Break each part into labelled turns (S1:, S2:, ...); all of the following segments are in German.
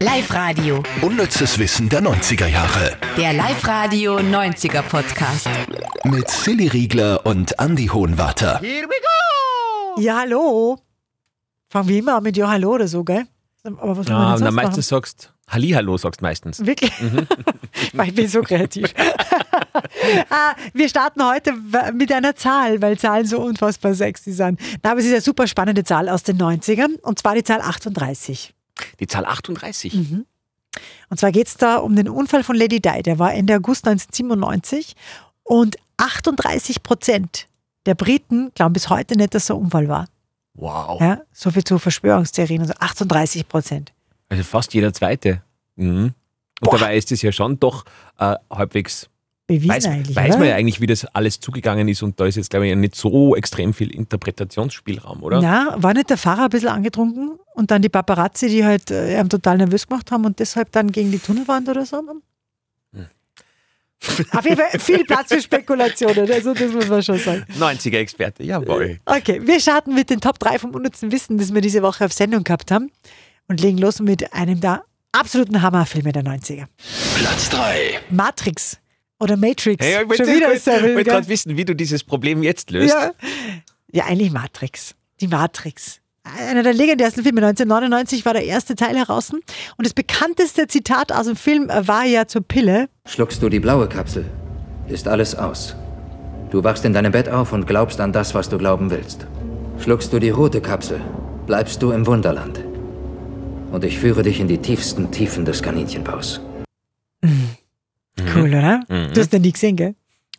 S1: Live-Radio.
S2: Unnützes Wissen der 90er Jahre.
S1: Der Live-Radio 90er Podcast.
S2: Mit Silly Riegler und Andy Hohenwater.
S3: Ja, hallo. Fangen wir immer an mit Ja, hallo oder so, gell? Aber was
S4: Ja,
S3: soll man
S4: na,
S3: denn sonst
S4: Ah, meistens Mhm. sagst Hallihallo sagst meistens.
S3: machen? Wirklich? ich bin so kreativ. ah, wir starten heute w- mit einer Zahl, weil Zahlen so unfassbar sexy sind. Na, aber es ist eine super spannende Zahl aus den 90ern und zwar die Zahl 38.
S4: Die Zahl 38.
S3: Und zwar geht es da um den Unfall von Lady Di. Der war Ende August 1997 und 38 Prozent der Briten glauben bis heute nicht, dass es ein Unfall war.
S4: Wow.
S3: Ja, so viel zu Verschwörungstheorien, also 38 Prozent.
S4: Also fast jeder zweite. Mhm. Und dabei ist es ja schon doch äh, halbwegs.
S3: Bewiesen
S4: weiß
S3: eigentlich.
S4: weiß
S3: oder?
S4: man ja eigentlich, wie das alles zugegangen ist. Und da ist jetzt, glaube ich, nicht so extrem viel Interpretationsspielraum, oder?
S3: Na, war nicht der Fahrer ein bisschen angetrunken und dann die Paparazzi, die halt äh, ihn total nervös gemacht haben und deshalb dann gegen die Tunnelwand oder so? haben?
S4: Hm.
S3: Auf jeden Fall viel Platz für Spekulationen, also das muss man schon sagen.
S4: 90er-Experte,
S3: Äh,
S4: jawohl.
S3: Okay, wir starten mit den Top 3 vom unnützen Wissen, das wir diese Woche auf Sendung gehabt haben und legen los mit einem der absoluten Hammerfilme der 90er.
S2: Platz 3.
S3: Matrix oder Matrix.
S4: Hey, ich wollte
S3: Schon wieder
S4: wollte-
S3: ist der Film,
S4: wollte
S3: gell?
S4: gerade wissen, wie du dieses Problem jetzt löst.
S3: ja. ja, eigentlich Matrix. Die Matrix. Einer der legendärsten Filme. 1999 war der erste Teil heraus. Und das bekannteste Zitat aus dem Film war ja zur Pille.
S5: Schluckst du die blaue Kapsel, ist alles aus. Du wachst in deinem Bett auf und glaubst an das, was du glauben willst. Schluckst du die rote Kapsel, bleibst du im Wunderland. Und ich führe dich in die tiefsten Tiefen des Kaninchenbaus.
S3: Cool, oder?
S4: Mhm.
S3: Du hast den nie gesehen, gell?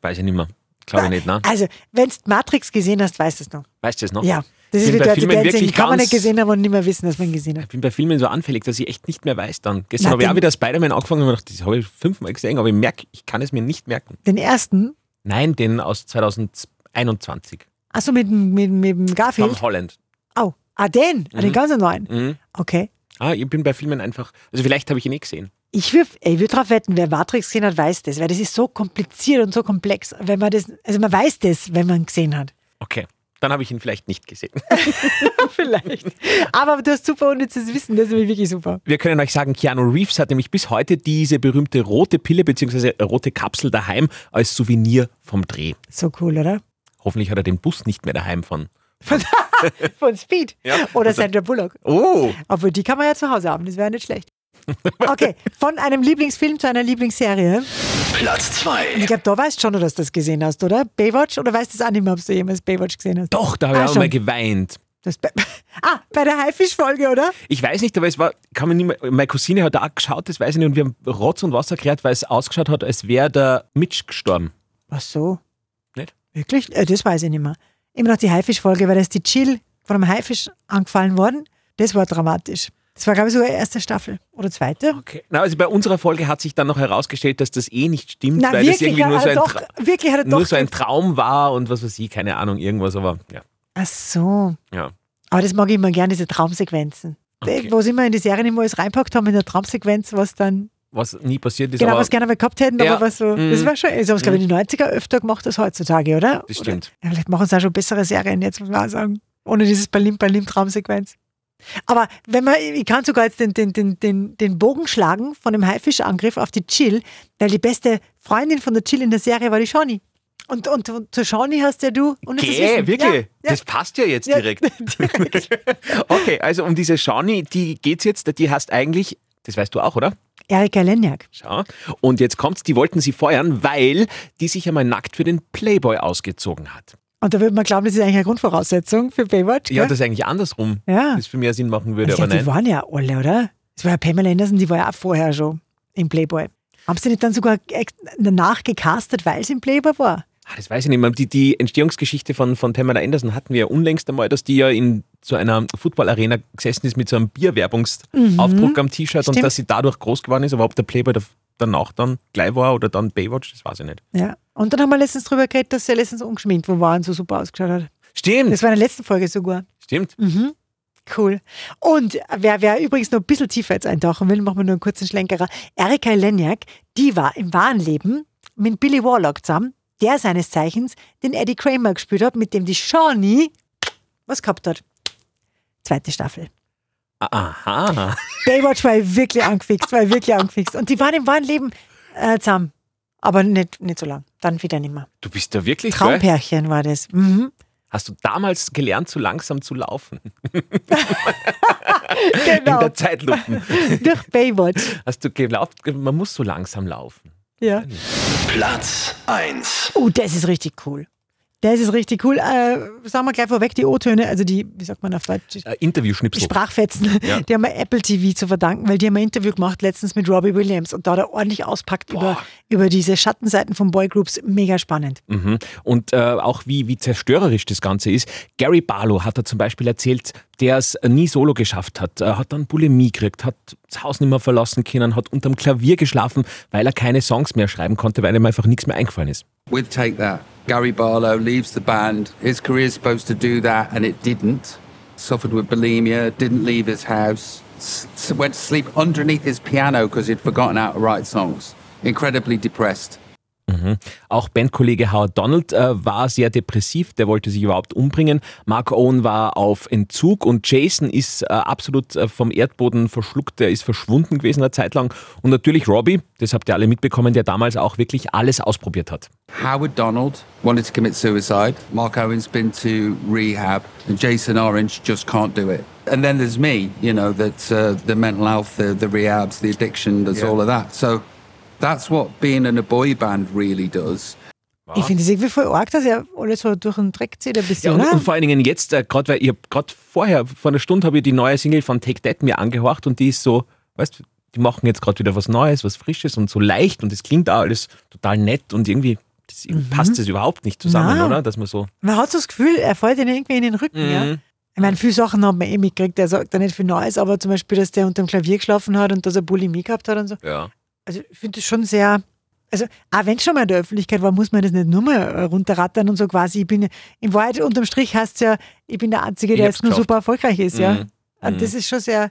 S4: Weiß ich nicht mehr. Glaube ich nicht, ne?
S3: Also, wenn du Matrix gesehen hast, weißt du es noch.
S4: Weißt du es noch?
S3: Ja. Das
S4: Ich
S3: ist wie
S4: bin bei
S3: Dirty
S4: Filmen
S3: Dancing.
S4: wirklich
S3: Kann man
S4: ganz-
S3: nicht gesehen haben und nicht mehr wissen, dass man ihn gesehen hat.
S4: Ich bin bei Filmen so anfällig, dass ich echt nicht mehr weiß dann.
S3: Na,
S4: Gestern habe ich
S3: den-
S4: auch wieder Spider-Man angefangen und mir gedacht, das habe ich fünfmal gesehen, aber ich merke, ich kann es mir nicht merken.
S3: Den ersten,
S4: Nein, den aus 2021.
S3: achso, mit, dem- mit, mit dem Garfield.
S4: Tom Holland.
S3: Oh, ah, den, ah, den
S4: Mhm.
S3: ganz neuen.
S4: Mhm.
S3: Okay.
S4: Ah, ich bin bei Filmen einfach, also vielleicht habe ich ihn eh gesehen.
S3: Ich würde würd drauf wetten, wer Matrix gesehen hat, weiß das, weil das ist so kompliziert und so komplex, wenn man das, also man weiß das, wenn man gesehen hat.
S4: Okay, dann habe ich ihn vielleicht nicht gesehen.
S3: Vielleicht. Aber du hast super unnützes Wissen, das ist nämlich wirklich super.
S4: Wir können euch sagen, Keanu Reeves hat nämlich bis heute diese berühmte rote Pille bzw. rote Kapsel daheim als Souvenir vom Dreh.
S3: So cool, oder?
S4: Hoffentlich hat er den Bus nicht mehr daheim von.
S3: Von Speed.
S4: Ja.
S3: Oder Sandra Bullock.
S4: Oh!
S3: Obwohl, die kann man ja zu Hause haben, das wäre nicht schlecht. Okay, von einem Lieblingsfilm zu einer Lieblingsserie.
S2: Platz 2.
S3: Ich glaube, da weißt schon, dass du das gesehen hast, oder? Baywatch? Oder weißt du es auch nicht mehr, ob du jemals Baywatch gesehen hast?
S4: Doch, da habe
S3: Ah,
S4: ich auch
S3: schon.
S4: mal geweint.
S3: Das Ba- ah, bei der Haifisch-Folge, oder?
S4: Ich weiß nicht, aber es war, kann man nicht mehr, meine Cousine hat da auch geschaut, das weiß ich nicht, und wir haben Rotz und Wasser erklärt, weil es ausgeschaut hat, als wäre der Mitch gestorben.
S3: Ach so.
S4: Nicht?
S3: Wirklich? Äh, das weiß ich nicht mehr. Immer noch die Haifischfolge, weil da ist die Chill von einem Haifisch angefallen worden. Das war dramatisch. Das war, glaube ich, sogar erste Staffel oder zweite.
S4: Okay. Na, also bei unserer Folge hat sich dann noch herausgestellt, dass das eh nicht stimmt,
S3: Na,
S4: weil das
S3: wirklich
S4: irgendwie nur
S3: hat,
S4: so,
S3: er
S4: ein
S3: doch,
S4: Tra-
S3: wirklich hat er
S4: nur
S3: doch.
S4: so ein Traum war und was weiß ich, keine Ahnung, irgendwas, aber ja.
S3: Ach so.
S4: ja.
S3: Aber das mag ich immer gerne, diese Traumsequenzen.
S4: Okay.
S3: Wo sie immer in die Serien immer alles reingepackt haben, in der Traumsequenz, was dann,
S4: Was nie passiert ist,
S3: genau,
S4: aber
S3: was gerne mal gehabt hätten,
S4: Ja.
S3: aber was so. Das
S4: Mhm.
S3: war schon, das haben es, glaube ich, in den 90er öfter gemacht als heutzutage, oder?
S4: das
S3: oder?
S4: stimmt.
S3: Ja, vielleicht machen sie auch schon bessere Serien jetzt, muss man auch sagen. Ohne dieses Balim-Balim-Traumsequenz. Aber wenn man, ich kann sogar jetzt den, den, den, den, den Bogen schlagen von dem Haifischangriff auf die Jill, weil die beste Freundin von der Jill in der Serie war die Shawnee. Und, und, und zur Shawnee hast ja du. Und
S4: Geh, wirklich?
S3: Ja, ja,
S4: Das passt ja jetzt
S3: Ja,
S4: direkt. okay, also um diese Shawnee, die geht's jetzt, die hast eigentlich, das weißt du auch, oder?
S3: Erika Lenjak.
S4: Schau. Und jetzt kommt's, die wollten sie feuern, weil die sich einmal nackt für den Playboy ausgezogen hat.
S3: Und da würde man glauben, das ist eigentlich eine Grundvoraussetzung für Baywatch.
S4: Ja,
S3: gell?
S4: das ist eigentlich andersrum.
S3: ja.
S4: Das für mehr Sinn machen würde,
S3: ich
S4: aber
S3: glaube, die
S4: nein.
S3: waren Also, ja alle, oder? Das war ja Pamela Anderson, die war ja auch vorher schon im Playboy. Haben sie nicht dann sogar ex- danach gecastet, weil sie im Playboy war?
S4: Ah, das weiß ich nicht mehr. Die, die Entstehungsgeschichte von, von Pamela Anderson hatten wir ja unlängst einmal, dass die ja in so einer Footballarena gesessen ist mit so einem Bierwerbungsaufdruck am T-Shirt und
S3: Mhm. Stimmt.
S4: dass sie dadurch groß geworden ist, aber ob der Playboy da- danach dann gleich war oder dann Baywatch, das weiß ich nicht.
S3: Ja. Und dann haben wir letztens drüber geredet, dass er letztens ungeschminkt wo war und so super ausgeschaut hat.
S4: Stimmt,
S3: Das Mhm. war in der letzten Folge sogar.
S4: stimmt.
S3: Cool. Und wer, wer übrigens noch ein bisschen tiefer jetzt eintauchen will, machen wir nur einen kurzen Schlenkerer. Erika Lenjak, die war im wahren Leben mit Billy Warlock zusammen, der seines Zeichens den Eddie Kramer gespielt hat, mit dem die Shawnee was gehabt hat. Zweite Staffel.
S4: Ah, Aha.
S3: Baywatch war ich wirklich angefixt, war ich wirklich angefixt. Und die waren im wahren Leben äh, zusammen. Aber nicht, nicht so lang. Dann wieder nicht mehr.
S4: Du bist da wirklich gell?
S3: Traumpärchen war das. Mhm.
S4: Hast du damals gelernt, so langsam zu laufen? In
S3: Genau.
S4: der Zeitlupen.
S3: Durch Baywatch.
S4: Hast du geglaubt, man muss so langsam laufen?
S3: Ja.
S2: Platz 1.
S3: Oh, das ist richtig cool. Das ist richtig cool. Äh, sagen wir gleich vorweg, die O-Töne, also die, wie sagt man auf Deutsch?
S4: Äh,
S3: Die
S4: Interview-Schnipsel.
S3: Sprachfetzen,
S4: Ja.
S3: die haben wir Apple TV zu verdanken, weil die haben ein Interview gemacht letztens mit Robbie Williams und da hat er ordentlich auspackt über, über diese Schattenseiten von Boygroups. Mega spannend.
S4: Mhm. Und äh, auch wie, wie zerstörerisch das Ganze ist. Gary Barlow hat er zum Beispiel erzählt, der es nie solo geschafft hat, äh, hat dann Bulimie gekriegt, hat das Haus nicht mehr verlassen können, hat unterm Klavier geschlafen, weil er keine Songs mehr schreiben konnte, weil ihm einfach nichts mehr eingefallen ist.
S6: With Take That, Gary Barlow leaves the band. His career's supposed to do that, and it didn't. Suffered with bulimia, didn't leave his house, s- s- went to sleep underneath his piano because he'd forgotten how to write songs. Incredibly depressed.
S4: Auch Bandkollege Howard Donald äh, war sehr depressiv, der wollte sich überhaupt umbringen. Mark Owen war auf Entzug und Jason ist äh, absolut äh, vom Erdboden verschluckt, der ist verschwunden gewesen eine Zeit lang. Und natürlich Robbie, das habt ihr alle mitbekommen, der damals auch wirklich alles ausprobiert hat.
S6: Howard Donald wanted to commit suicide. Mark Owen's been to rehab, and Jason Orange just can't do it. And then there's me, you know, that uh, the mental health, the, the rehabs, the addiction, there's all of that. So that's what being in a boy band really does.
S3: Ich finde es irgendwie voll arg, dass er alles so durch den Dreck zieht ein
S4: Ja,
S3: bisschen,
S4: und,
S3: oder?
S4: und vor allen Dingen jetzt, äh, gerade weil ich hab grad vorher, vor einer Stunde habe ich die neue Single von Take That mir angehorcht und die ist so, weißt du, die machen jetzt gerade wieder was Neues, was Frisches und so leicht und es klingt auch alles total nett und irgendwie das, passt das überhaupt nicht zusammen,
S3: Mhm. Na.
S4: oder? Dass man so.
S3: Man hat so das Gefühl, er fällt ihnen irgendwie in den Rücken.
S4: Mhm.
S3: Ja? Ich meine, viele Sachen haben wir eh mitgekriegt, er sagt da nicht viel Neues, aber zum Beispiel, dass der unter dem Klavier geschlafen hat und dass er Bulimie gehabt hat und so.
S4: Ja.
S3: Also ich finde das schon sehr, also auch wenn es schon mal in der Öffentlichkeit war, muss man das nicht nur mal äh, runterrattern und so quasi, ich bin, in Wahrheit unterm Strich heißt es ja, ich bin der Einzige,
S4: Ich
S3: der
S4: hab's
S3: jetzt nur
S4: geschafft.
S3: super erfolgreich ist, ja.
S4: Mhm.
S3: Und das ist schon sehr,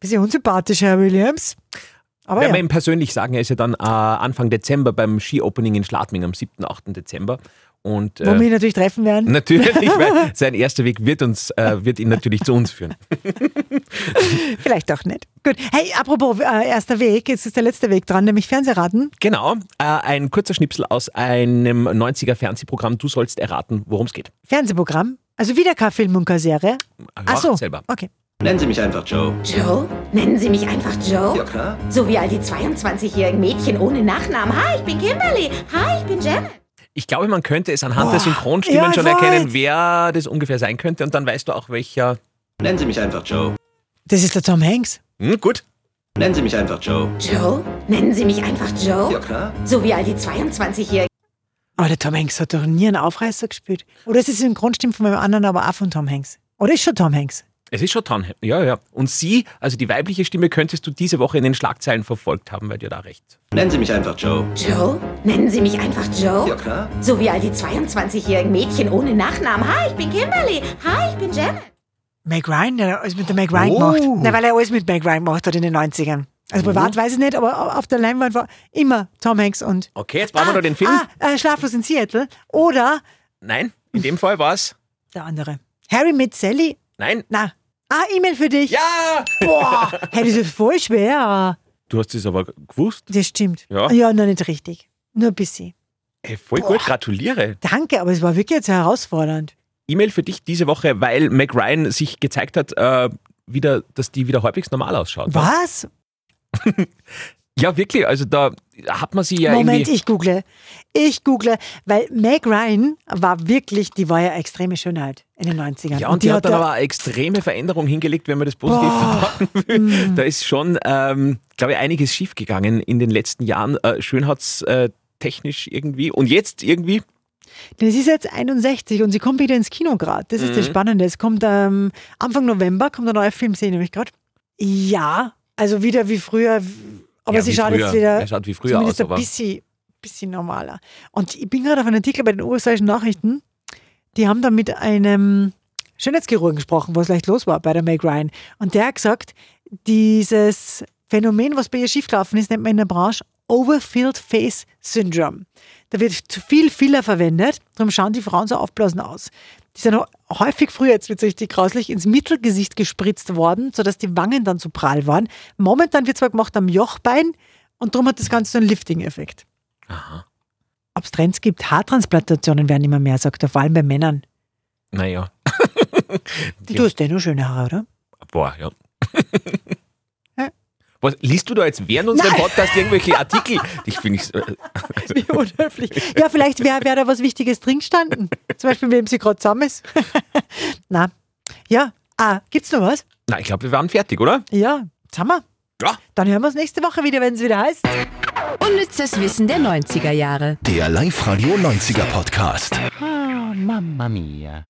S3: bisschen unsympathisch, Herr Williams. Aber
S4: Wenn wir
S3: ja,
S4: ihm persönlich sagen, er ist ja dann äh, Anfang Dezember beim Ski-Opening in Schladming am 7., 8. Dezember. Und
S3: wo wir
S4: äh,
S3: ihn natürlich treffen werden.
S4: natürlich, weil sein erster Weg wird uns, äh, wird ihn natürlich zu uns führen.
S3: Vielleicht auch nicht. Gut. Hey, apropos äh, erster Weg, jetzt ist der letzte Weg dran, nämlich Fernsehraten.
S4: Genau, äh, ein kurzer Schnipsel aus einem 90er Fernsehprogramm. Du sollst erraten, worum es geht.
S3: Fernsehprogramm. Also wieder kein Film und keine Serie. Ach so.
S4: selber.
S3: Okay.
S7: Nennen Sie mich einfach Joe.
S8: Joe? Nennen Sie mich einfach Joe?
S7: Ja, klar.
S8: So wie all die 22-jährigen Mädchen ohne Nachnamen. Hi, ich bin Kimberly. Hi, ich bin Janet.
S4: Ich glaube, man könnte es anhand der Synchronstimmen
S3: ja, ich
S4: schon erkennen,
S3: weiß.
S4: wer das ungefähr sein könnte. Und dann weißt du auch, welcher.
S7: Nennen Sie mich einfach Joe.
S3: Das ist der Tom Hanks.
S4: Hm, gut.
S7: Nennen Sie mich einfach Joe.
S8: Joe? Nennen Sie mich einfach Joe?
S7: Ja, klar.
S8: So wie all die 22-jährigen
S3: Aber der Tom Hanks hat doch nie einen Aufreißer gespielt. Oder es ist im Grundstimmen von meinem anderen, aber auch von Tom Hanks. Oder ist schon Tom Hanks?
S4: Es ist schon Tan. Ja, ja. Und sie, also die weibliche Stimme, könntest du diese Woche in den Schlagzeilen verfolgt haben, weil dir da recht.
S7: Nennen Sie mich einfach Joe.
S8: Joe? Nennen Sie mich einfach Joe?
S7: Ja, klar.
S8: So wie all die 22-jährigen Mädchen ohne Nachnamen. Hi, ich bin Kimberly. Hi, ich bin Janet.
S3: Meg Ryan, der hat alles mit der Meg Ryan
S4: Oh.
S3: gemacht. Na, weil er alles mit Meg Ryan gemacht hat in den 90ern. Also
S4: Mhm.
S3: privat weiß ich nicht, aber auf der Leinwand war immer Tom Hanks und.
S4: Okay, jetzt brauchen wir noch den Film.
S3: Ah, äh, Schlaflos in Seattle. Oder
S4: Nein, in dem Fall war es.
S3: der andere. Harry mit Sally.
S4: Nein.
S3: Na. Ah, E-Mail für dich.
S4: Ja!
S3: Boah, hey, das ist voll schwer.
S4: Du hast es aber gewusst.
S3: Das stimmt.
S4: Ja.
S3: Ja, noch nicht richtig. Nur ein bisschen.
S4: Ey, voll gut, gratuliere.
S3: Danke, aber es war wirklich jetzt herausfordernd.
S4: E-Mail für dich diese Woche, weil Mac Ryan sich gezeigt hat, äh, wieder, dass die wieder halbwegs normal ausschaut.
S3: Was?
S4: Ja, wirklich. Also da hat man sie ja
S3: Moment,
S4: irgendwie.
S3: ich google. Ich google, weil Meg Ryan war wirklich, die war ja extreme Schönheit in den 90ern.
S4: Ja, und die hat dann
S3: da-
S4: aber eine extreme Veränderung hingelegt, wenn man das positiv verpacken will. Da ist schon, ähm, glaube ich, einiges schiefgegangen in den letzten Jahren, äh, schönheitstechnisch irgendwie. Und jetzt irgendwie,
S3: Das ist jetzt 61 und sie kommt wieder ins Kino gerade. Das ist das
S4: Mhm.
S3: Spannende. Es kommt ähm, Anfang November, kommt ein neuer Film, sehe ich nämlich gerade. Ja, also wieder wie früher. Aber
S4: Ja,
S3: sie
S4: wie
S3: schaut
S4: früher.
S3: jetzt wieder
S4: Er schaut wie früher
S3: zumindest
S4: aus, aber-
S3: ein bisschen, bisschen normaler. Und ich bin gerade auf einen Artikel bei den österreichischen Nachrichten. Die haben da mit einem Schönheitschirurgen gesprochen, was leicht los war bei der Meg Ryan. Und der hat gesagt, dieses Phänomen, was bei ihr schiefgelaufen ist, nennt man in der Branche Overfilled Face Syndrome. Da wird zu viel Filler verwendet, darum schauen die Frauen so aufblasen aus. Die sind häufig früher, jetzt wird es richtig grauslich, ins Mittelgesicht gespritzt worden, sodass die Wangen dann zu prall waren. Momentan wird zwar gemacht am Jochbein und darum hat das Ganze so einen Lifting-Effekt. Ob es Trends gibt, Haartransplantationen werden immer mehr, sagt er, vor allem bei Männern.
S4: Naja.
S3: Du hast eh nur schöne Haare, oder?
S4: Boah, ja.
S3: Hä?
S4: Was, liest du da jetzt während unserem
S3: Nein.
S4: Podcast irgendwelche Artikel? Ich finde es. Äh,
S3: Wie unhöflich. Ja, vielleicht wäre wär da was Wichtiges drin gestanden. Zum Beispiel, mit wem sie gerade zusammen ist. Na, ja. Ah, gibt's noch was?
S4: nein, ich glaube, wir waren fertig, oder?
S3: Ja, jetzt haben wir.
S4: Ja.
S3: Dann hören wir uns nächste Woche wieder, wenn es wieder heißt.
S1: Unnützes Wissen der 90er Jahre.
S2: Der Live-Radio 90er Podcast.
S9: Mamma mia.